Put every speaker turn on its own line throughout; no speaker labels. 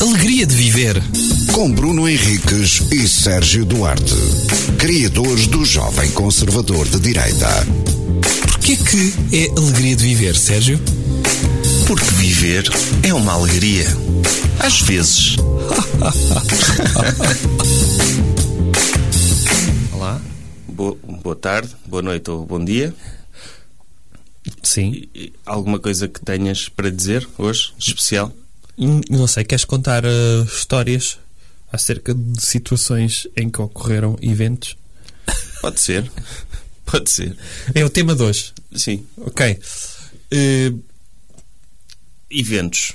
Alegria de Viver.
Com Bruno Henriques e Sérgio Duarte, criadores do Jovem Conservador de Direita.
Porquê que é alegria de viver, Sérgio?
Porque viver é uma alegria. Às vezes. Olá, boa, boa tarde, boa noite ou bom dia.
Sim.
E- e Alguma coisa que tenhas para dizer hoje, especial?
Não sei, queres contar eh, histórias acerca de situações em que ocorreram eventos?
Pode ser. Pode ser.
É o tema de hoje.
Sim.
Ok. Eh,
Eventos.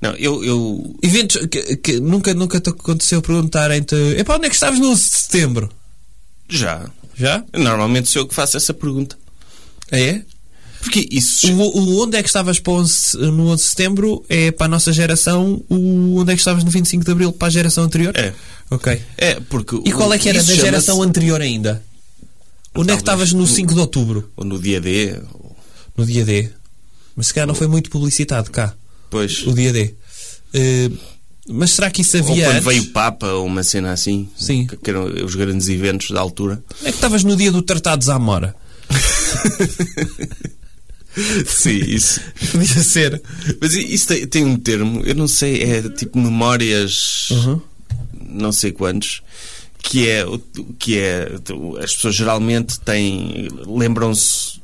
Não, eu. eu...
eventos que, que nunca, nunca te aconteceu perguntarem-te: Epá, onde é que estavas no 11 de setembro?
Já.
Já?
Normalmente sou eu que faço essa pergunta.
É?
Porque isso.
O, o onde é que estavas para o 11 no 11 de setembro é para a nossa geração o onde é que estavas no 25 de abril para a geração anterior?
É.
Ok.
É, porque.
E qual é que era
isso
da
chama-se-
geração anterior ainda? Onde é que
Talvez
estavas no
no-
5 de outubro?
Ou no dia D. ou-
No dia D. Mas se calhar não foi muito publicitado cá.
Pois.
o dia D. Eh, mas será que isso
Ou
havia
quando
antes?
veio o Papa, ou uma cena assim.
Sim.
Que, que eram os grandes eventos da altura.
Como é que estavas no dia do Tratado de Zamora?
Sim, isso.
Podia ser.
Mas i- isso tem, tem um termo, eu não sei, é tipo memórias.
Uhum.
Não sei quantos. Que é. o- Que é as pessoas geralmente têm. Lembram-se.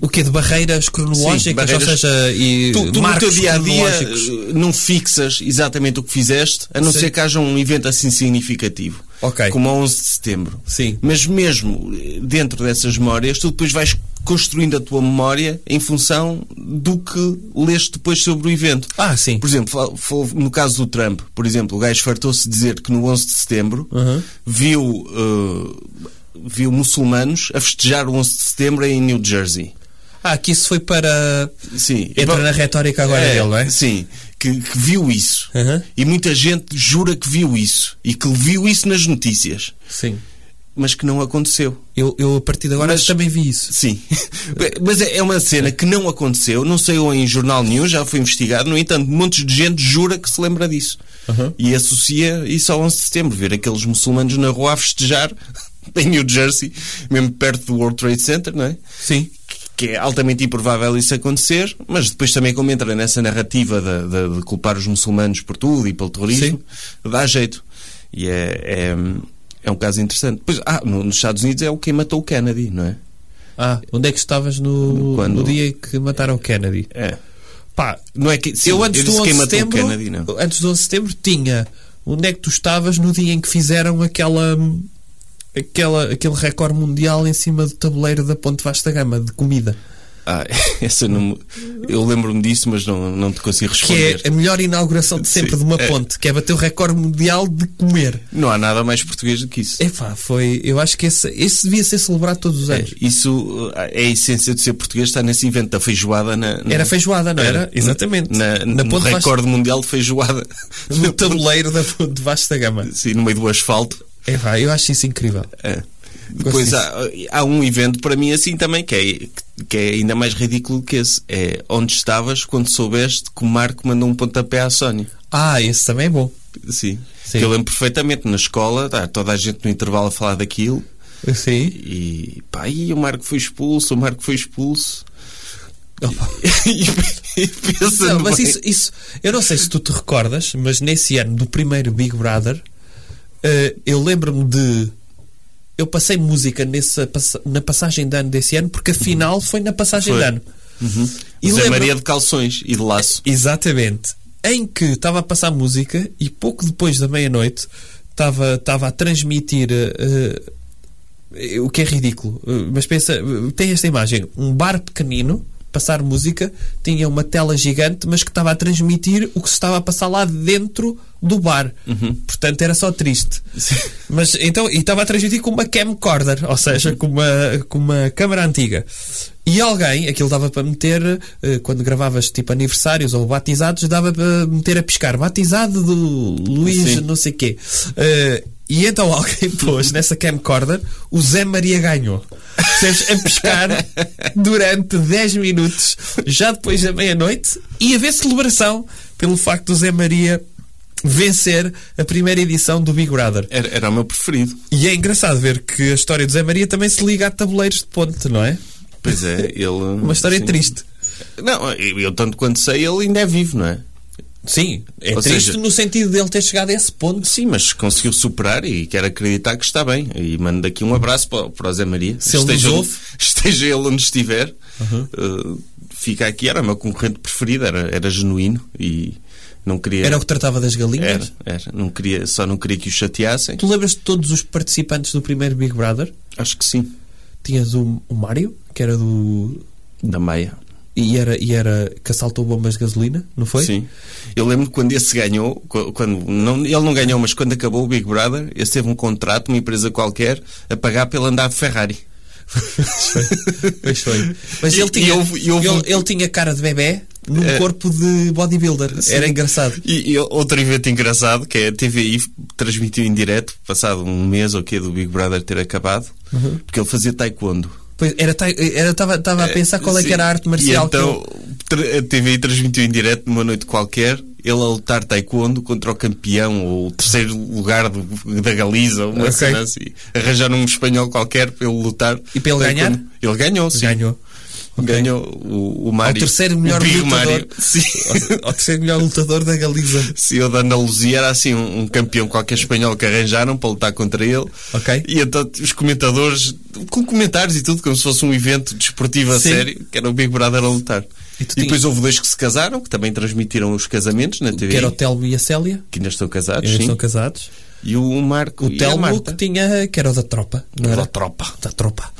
O quê? De barreiras cronológicas?
Sim, barreiras-
Ou seja, e
Tu, tu no
marcos
teu dia a dia
cronológicos?
eh, não fixas exatamente o que fizeste, a não
Sim.
ser que haja um evento assim significativo.
Ok.
Como a 11 de setembro.
Sim.
Mas mesmo eh, dentro dessas memórias, tu depois vais construindo a tua memória em função do que leste depois sobre o evento.
Ah, sim.
Por exemplo, fal- fal- no caso do Trump, por exemplo, o gajo fartou-se de dizer que no 11 de setembro
Uhum.
viu, eh, viu muçulmanos a festejar o 11 de setembro em New Jersey.
Ah, que isso foi para...
Sim.
Entra
Epá,
na retórica agora dele, não é?
Sim, que, que viu isso.
Uhum.
E muita gente jura que viu isso. E que viu isso nas notícias.
Sim.
Mas que não aconteceu.
Eu, eu a partir de agora
Mas-
também vi isso.
Sim. Mas é é uma cena que não aconteceu, não saiu em jornal nenhum, já foi investigado. No entanto, montes de gente jura que se lembra disso. E associa isso ao 11 de setembro, ver aqueles muçulmanos na rua a festejar em New Jersey, mesmo perto do World Trade Center, não é?
Sim.
Que é altamente improvável isso acontecer, mas depois também, como entra nessa narrativa de, de- de culpar os muçulmanos por tudo e pelo terrorismo, dá jeito. E é, é, é um caso interessante. Pois, ah, no- nos Estados Unidos é o quem matou o Kennedy, não é?
Ah, onde é que estavas no,
Quando-
no dia em que mataram o Kennedy?
É.
Pá,
Não é que sim,
eu antes
eu
do,
disse
11
quem
de
matou
setembro,
o Kennedy, não.
antes do 11 de setembro tinha onde é que tu estavas no dia em que fizeram aquela aquela aquele recorde mundial em cima do tabuleiro da Ponte Vasta Gama de comida
Ah, essa não, me- eu lembro-me disso, mas não, não te consigo
que
responder.
é a melhor inauguração de sempre
Sim,
de uma
é.
ponte que é bater o recorde mundial de comer
Não há nada mais português do que isso.
Epá, foi eu acho que esse, esse devia ser celebrado todos
É.
os anos
Isso ah, é a essência de ser português, está nesse evento da feijoada. Na, na-
era feijoada não era, exatamente
Uhum. Na,
na
no
Ponte
recorde mundial de feijoada. Então,
Vasta, no tabuleiro da Ponte Vasta Gama
Sim, no meio do asfalto.
Epá, eu acho isso incrível
É. Depois
disso.
há, há um evento para mim assim também que é, que é ainda mais ridículo que esse. É onde estavas quando soubeste que o Marco mandou um pontapé à Sónia.
ah esse também é bom
Sim.
Sim.
Que eu lembro perfeitamente na escola, tá, toda a gente no intervalo a falar daquilo.
sim
E pá, e o Marco foi expulso, o Marco foi expulso. E, e pensa
Não,
no
mas
bem.
isso, isso- eu não sei se tu te recordas, mas nesse ano do primeiro Big Brother, eh, eu lembro-me de. Eu passei música nessa, passa- na passagem de ano desse ano, porque a final foi na passagem
Foi. Uhum.
de ano.
Zé
lembro-
Maria de calções e de laço.
Exatamente. Em que estava a passar música e pouco depois da meia-noite estava, estava a transmitir. eh, eh, o que é ridículo. Eh, mas pensa, eh, tem esta imagem: um bar pequenino, passar música, tinha uma tela gigante, mas que estava a transmitir o que se estava a passar lá dentro do bar. Portanto, era só triste. Mas então, e estava a transmitir com uma camcorder, ou seja, com uma, com uma câmara antiga. E alguém, aquilo dava para meter, eh, quando gravavas tipo aniversários ou batizados, dava para meter a piscar. Batizado do Luís,
Sim.
não sei quê. Eh, e então alguém pôs nessa camcorder o Zé Maria ganhou. Percebes? A pescar durante 10 minutos, já depois da meia-noite, e haver celebração pelo facto do Zé Maria vencer a primeira edição do Big Brother.
Era, era o meu preferido.
E é engraçado ver que a história do Zé Maria também se liga a tabuleiros de ponte, não é?
Pois é, ele.
Uma história
sim.
triste.
Não, eu, eu tanto quanto sei, ele ainda é vivo, não é?
Sim, é
Ou
triste
seja-
no sentido dele ter chegado a esse ponto.
Sim, mas conseguiu superar e quero acreditar que está bem. E mando daqui um abraço para, o- para o Zé Maria.
Se ele nos ouve.
esteja ele onde estiver. Uh, fica aqui, era o meu concorrente preferido, era, era genuíno e não queria.
Era o que tratava das galinhas.
era, era. Não queria, só não queria que o chateassem.
Tu lembras de todos os participantes do primeiro Big Brother?
Acho que sim.
Tinhas o, o Mário, que era do.
Da meia.
E era, e era que assaltou bombas de gasolina, não foi?
Sim. Eu lembro que quando esse ganhou, qu- quando não, ele não ganhou, mas quando acabou o Big Brother, esse teve um contrato, uma empresa qualquer, a pagar pelo andar de Ferrari.
Pois foi. Mas
E-
ele tinha,
e houve- e houve- um
ele, ele tinha cara de bebê num
É.
corpo de bodybuilder. Era engraçado.
E, e outro evento engraçado que é a TVI transmitiu em direto, passado um mês ou quê do Big Brother ter acabado,
Uhum.
porque ele fazia taekwondo.
Pois era, ta- era tava, tava a pensar qual é
Sim.
que era a arte
E
marcial que
então tra- a TVI transmitiu em direto numa noite qualquer ele a lutar taekwondo contra o campeão ou o terceiro lugar do- da Galiza, uma
Ok.
cena assim. Arranjaram um espanhol qualquer para ele lutar.
E para ele
taekwondo.
ganhar?
Ele ganhou,
ele
sim.
ganhou. Ok.
Ganhou o, o Mário.
Ao terceiro melhor
o Big
lutador.
Mário. Sim.
Ao- Ao terceiro melhor lutador da Galiza.
Se eu da Andaluzia era assim um, um campeão qualquer espanhol que arranjaram para lutar contra ele.
Ok.
E então os comentadores, com comentários e tudo, como se fosse um evento desportivo a
Sim.
sério, que era o Big Brother a lutar.
E
E,
tu tinhas-
depois houve dois que se casaram, que também transmitiram os casamentos na TV.
Que era o Telmo e a Célia.
Que ainda estão casados,
Eles
sim.
são casados.
E o Marco.
O
e a
Telmo
Marta.
que tinha. que era o da tropa. Não era?
Da tropa.
Da tropa.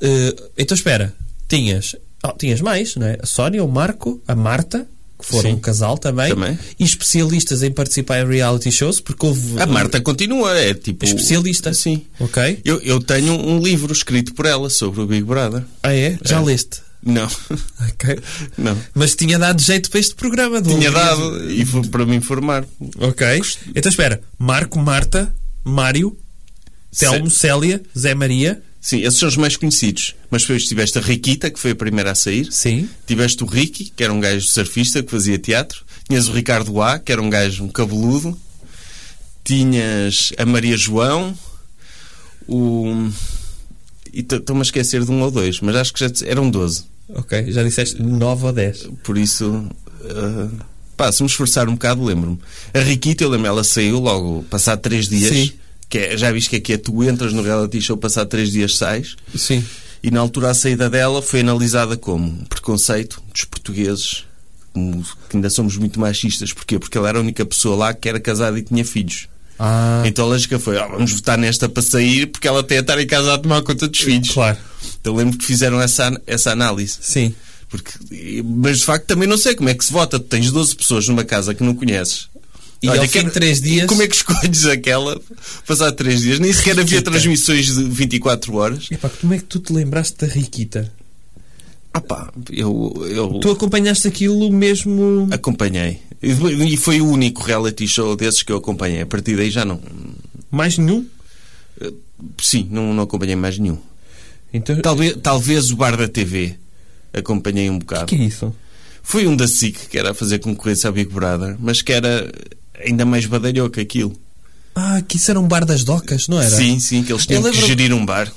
Eh, então espera, tinhas. oh, tinhas mais, não é? A Sónia, o Marco, a Marta, que foram
Sim.
um casal também,
Também.
E especialistas em participar em reality shows, porque houve.
A Marta continua, é tipo.
Especialista.
Sim.
Ok.
Eu, eu tenho um livro escrito por ela sobre o Big Brother.
Ah, é? Já leste.
Não,
Ok.
não.
Mas tinha dado jeito para este programa. do
Tinha
Algarismo.
dado e foi para me informar.
Ok. Então espera. Marco, Marta, Mário, Telmo, Célia, Zé Maria.
Sim, esses são os mais conhecidos. Mas depois tiveste a Riquita, que foi a primeira a sair.
Sim.
Tiveste o Ricky, que era um gajo surfista que fazia teatro. Tinhas o Ricardo A, que era um gajo um cabeludo. Tinhas a Maria João. O. E t- estou-me a esquecer de um ou dois, mas acho que já te- eram 12.
Ok. Já disseste 9 ou 10.
Por isso. ah, pá, se me esforçar um bocado, lembro-me. A Riquita, eu lembro, ela saiu logo, passado três dias.
Sim.
Que é- já viste que aqui é tu entras no reality show, passado três dias sais.
Sim.
E na altura a saída dela foi analisada como um preconceito dos portugueses, como que ainda somos muito machistas. Porquê? Porque ela era a única pessoa lá que era casada e tinha filhos.
Ah.
Então a lógica foi, "Ah, vamos votar nesta para sair, porque ela até estar em casa a tomar conta dos filhos.
Claro.
Então lembro que fizeram essa, an- essa análise.
Sim.
Porque, mas de facto também não sei como é que se vota. Tu tens 12 pessoas numa casa que não conheces.
E ao fim de três dias-
Como é que escolhes aquela? Passar três dias. Nem sequer havia
Riquita.
transmissões de 24 horas.
Epá, como é que tu te lembraste da Riquita?
Ah pá, eu, eu
Tu acompanhaste aquilo mesmo.
acompanhei. E e foi o único reality show desses que eu acompanhei. A partir daí já não.
Mais nenhum?
Sim, não, não acompanhei mais nenhum.
Então.
Talvez, talvez o bar da TV. Acompanhei um bocado.
O que é isso?
Foi um da SIC que era a fazer concorrência ao Big Brother, mas que era ainda mais badalhou que aquilo.
Ah, que isso era um bar das docas, não era?
Sim, sim, que eles tinham
Eu
que
lembro-
gerir um bar.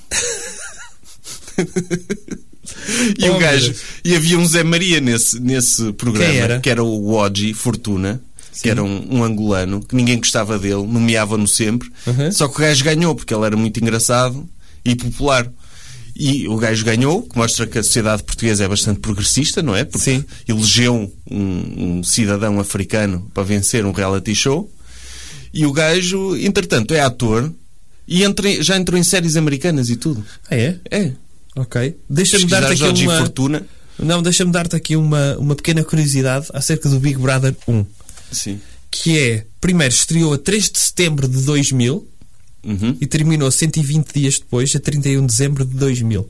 e
Oh,
o
meu
gajo.
Deus.
E havia um Zé Maria nesse, nesse programa,
Quem era?
que era o Oji Fortuna, que era um, um angolano, que ninguém gostava dele, nomeavam-no sempre.
Uhum.
Só que o gajo ganhou, porque ele era muito engraçado e popular. E o gajo ganhou, que mostra que a sociedade portuguesa é bastante progressista, não é? Porque
Sim.
elegeu um, um cidadão africano para vencer um reality show. E o gajo, entretanto, é ator e entra em- já entrou em séries americanas e tudo.
Ah, é?
É.
Ok. Deixa-me dar-te
Pesquisares
aqui
Jorge
uma.
Fortuna.
Não, deixa-me dar-te aqui uma, uma pequena curiosidade acerca do Big Brother 1.
Sim.
Que é, primeiro, estreou a 3 de setembro de 2000
Uhum.
e terminou 120 dias depois, a 31 de dezembro de 2000.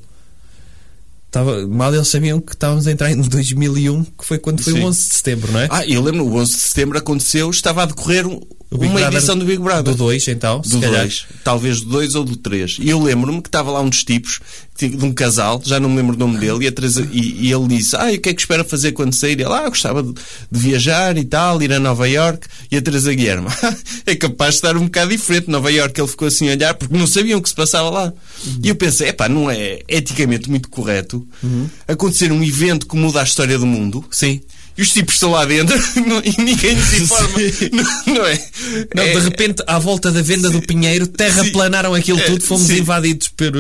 Tava, mal eles sabiam que estávamos a entrar em 2001, que foi quando foi o
Sim.
11 de setembro, não é?
Ah, eu lembro, o 11 de setembro aconteceu, estava a decorrer um-
O Big
uma
Brother
edição do Big Brother.
Do 2, então, se
do
calhar.
dois, talvez do 2 ou do 3. E eu lembro-me que estava lá um dos tipos, que tinha- de um casal, já não me lembro o nome dele, e, a Teresa- e- e ele disse: Ah, e o que é que espera fazer quando sair? Ele, ah, eu gostava de, de viajar e tal, ir a Nova York. E a Teresa Guilherme, "Ah, é capaz de estar um bocado diferente. Nova York, ele ficou assim a olhar, porque não sabiam o que se passava lá. E eu pensei: Epá, não é eticamente muito correto acontecer um evento que muda a história do mundo.
Sim.
E os tipos estão lá dentro não- e ninguém nos informa. Não, não é?
Não,
É-
de repente, à volta da venda do Pinheiro, terraplanaram aquilo
É,
tudo, fomos
sim.
invadidos por,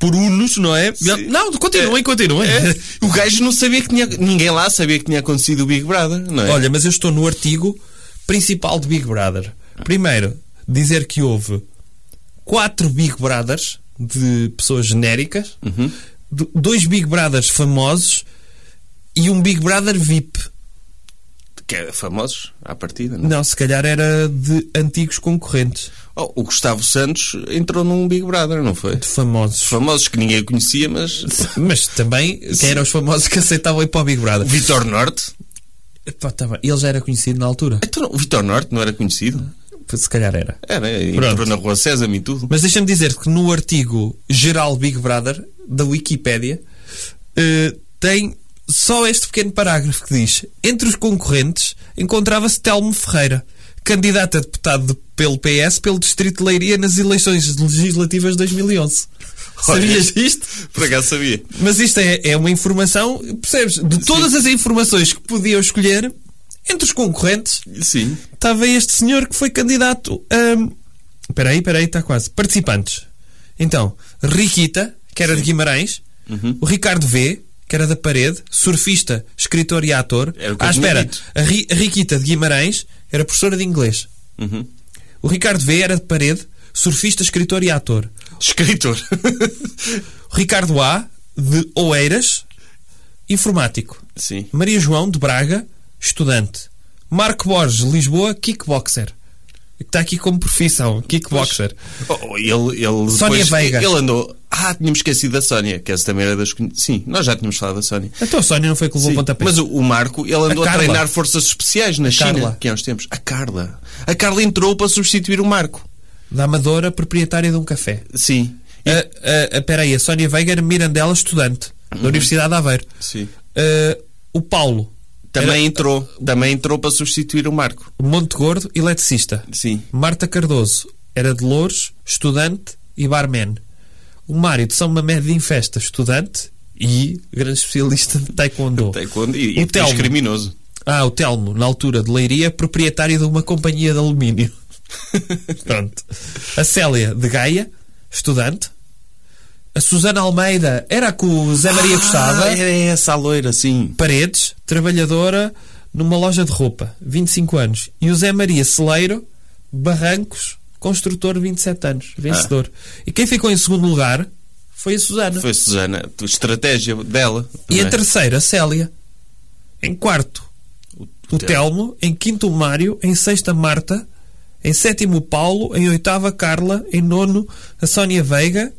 por unos, não é? Não, continuem, continuem.
É, o gajo não sabia que tinha. Ninguém lá sabia que tinha acontecido o Big Brother, não é?
Olha, mas eu estou no artigo principal do Big Brother. Primeiro, dizer que houve quatro Big Brothers de pessoas genéricas,
Uhum.
do- dois Big Brothers famosos e um Big Brother VIP.
que é famosos à partida, não é?
Não, se calhar era de antigos concorrentes,
Oh, o Gustavo Santos entrou num Big Brother, não foi?
de famosos.
Famosos que ninguém conhecia, mas.
Mas também, quem eram os famosos que aceitavam ir para o Big Brother?
Vitor Norte?
Pá, tá bem. Ele já era conhecido na altura.
Então, não- o Vitor Norte não era conhecido?
Se calhar era.
Era, entrou
Pronto.
na Rua César e tudo.
Mas deixa-me dizer que no artigo geral Big Brother da Wikipédia eh, tem só este pequeno parágrafo que diz: Entre os concorrentes encontrava-se Telmo Ferreira, candidato a deputado de- pelo PS pelo Distrito de Leiria nas eleições legislativas de 2011. Sabias isto?
Por acaso sabia.
Mas isto é, é uma informação, percebes? De todas as informações que podiam escolher, entre os concorrentes,
Sim.
estava este senhor que foi candidato a. Espera aí, espera aí, está quase. Participantes. Então, Riquita, que era de Guimarães,
Uhum.
o Ricardo V, que era da Parede, surfista, escritor e ator.
Era o que eu
ah,
tinha
espera,
dito.
a, Ri- a Riquita de Guimarães era professora de inglês.
Uhum.
O Ricardo V era de Parede, surfista, escritor e ator.
Escritor.
O Ricardo A, de Oeiras, informático.
Sim.
Maria João de Braga, estudante. Marco Borges, Lisboa, kickboxer. Está aqui como profissão, kickboxer.
Oh, oh, ele, ele
Sónia
depois-
Veiga.
Ele andou. Ah, tínhamos esquecido da Sónia, que essa também era das. conhe- Sim, nós já tínhamos falado da Sónia.
Então a Sónia não foi que levou
Sim,
o pontapé.
Mas o, o Marco, ele andou a,
Carla.
treinar forças especiais na China,
Carla.
que é há uns tempos. A Carla. A Carla entrou para substituir o Marco.
Da Amadora, proprietária de um café.
Sim.
A- a- a- Espera aí, a Sónia Veiga era Mirandela, estudante,
Uhum.
da Universidade de Aveiro.
Sim.
Ah, o Paulo,
Também
Era-
entrou. Também entrou para substituir o Marco.
Monte Gordo, eletricista.
Sim.
Marta Cardoso, era de Louros, estudante e barman. O Mário de São Mamede em Festa, estudante e grande especialista de taekwondo.
Até quando- E,
O
e depois
Telmo.
criminoso.
Ah, o Telmo, na altura de Leiria, proprietário de uma companhia de alumínio. Pronto. A Célia de Gaia, estudante. A Susana Almeida, era a que o Zé Maria gostava.
Ah, era essa a loira, sim.
Paredes, trabalhadora numa loja de roupa, 25 anos. E o Zé Maria Celeiro, Barrancos, construtor, 27 anos, vencedor. E quem ficou em segundo lugar foi a Susana.
Ah. Foi a Susana. A estratégia dela.
E
não
a
é?
terceira, a Célia. Em quarto, o, Telmo. Em quinto, o Mário. Em sexta, Marta. Em sétimo, o Paulo. Em oitava, a Carla. Em nono, a Sónia Veiga.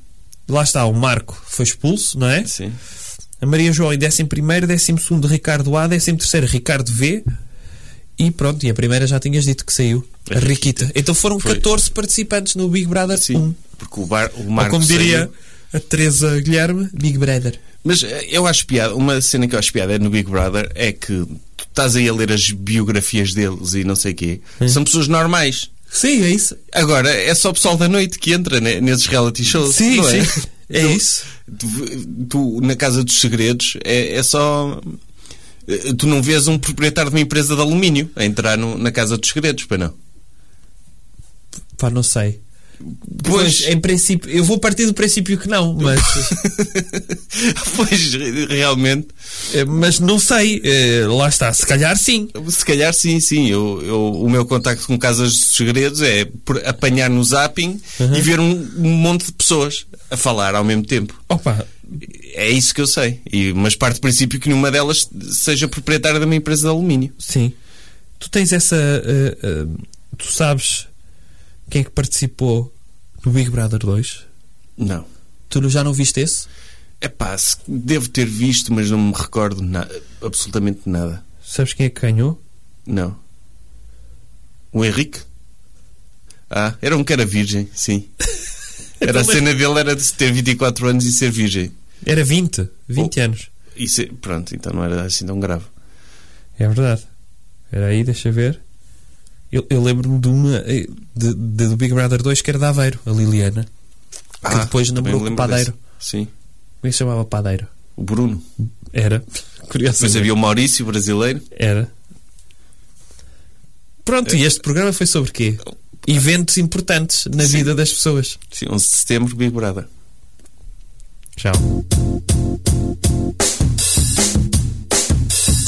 Lá está, o Marco foi expulso, não é?
Sim.
A Maria João em décimo primeiro, décimo segundo, Ricardo A. Décimo terceiro, Ricardo V. E pronto, e a primeira já tinhas dito que saiu. A Riquita. Então foram
Foi.
14 participantes no Big Brother
Sim.
1.
Porque o, bar, o
Ou
Marco.
como diria
saiu.
a Teresa Guilherme, Big Brother.
Mas eh, eu acho piada, uma cena que eu acho piada no Big Brother é que tu estás aí a ler as biografias deles e não sei o quê. São pessoas normais.
Sim, é isso.
Agora, é só o pessoal da noite que entra né, nesses reality shows.
Sim,
não é?
sim. É
Tu-
isso.
Tu, tu, na Casa dos Segredos, é, é só. eh, Tu não vês um proprietário de uma empresa de alumínio a entrar no- na Casa dos Segredos, para não.
Pá, não sei.
Pois,
em princípio, eu vou partir do princípio que não, mas,
pois, realmente.
eh, mas não sei. Eh, Lá está, se calhar sim.
Se calhar sim, sim. Eu, eu- o meu contacto com Casas dos Segredos é por apanhar no zapping e ver um, um monte de pessoas a falar ao mesmo tempo.
Opa,
É isso que eu sei. E, mas parte do princípio que nenhuma delas seja proprietária de uma empresa de alumínio.
sim. Tu tens essa. eh, eh, tu sabes quem é que participou no Big Brother 2?
Não.
Tu já não viste esse?
É pá, se- devo ter visto, mas não me recordo na- absolutamente nada.
Sabes quem é que ganhou?
Não. O Henrique? Ah, era um que era virgem, sim. Era a cena dele era de ter 24 anos e ser virgem.
Era 20, 20 anos.
Isso, é- pronto, então não era assim tão grave.
É verdade. Era aí, deixa ver. Eu, eu lembro-me de uma eh, de, de- do Big Brother 2 que era de Aveiro, a Liliana. Que depois
Ah,
namorou
também me
com o
lembro
padeiro.
desse. Sim,
Como é que se chamava padeiro?
o Bruno.
Era.
Depois
Curiosamente.
havia o Maurício, brasileiro.
Era. Pronto, e este programa foi sobre quê? Eventos importantes na
Sim.
vida das pessoas.
Sim, 11 de setembro, Big Brother.
Tchau.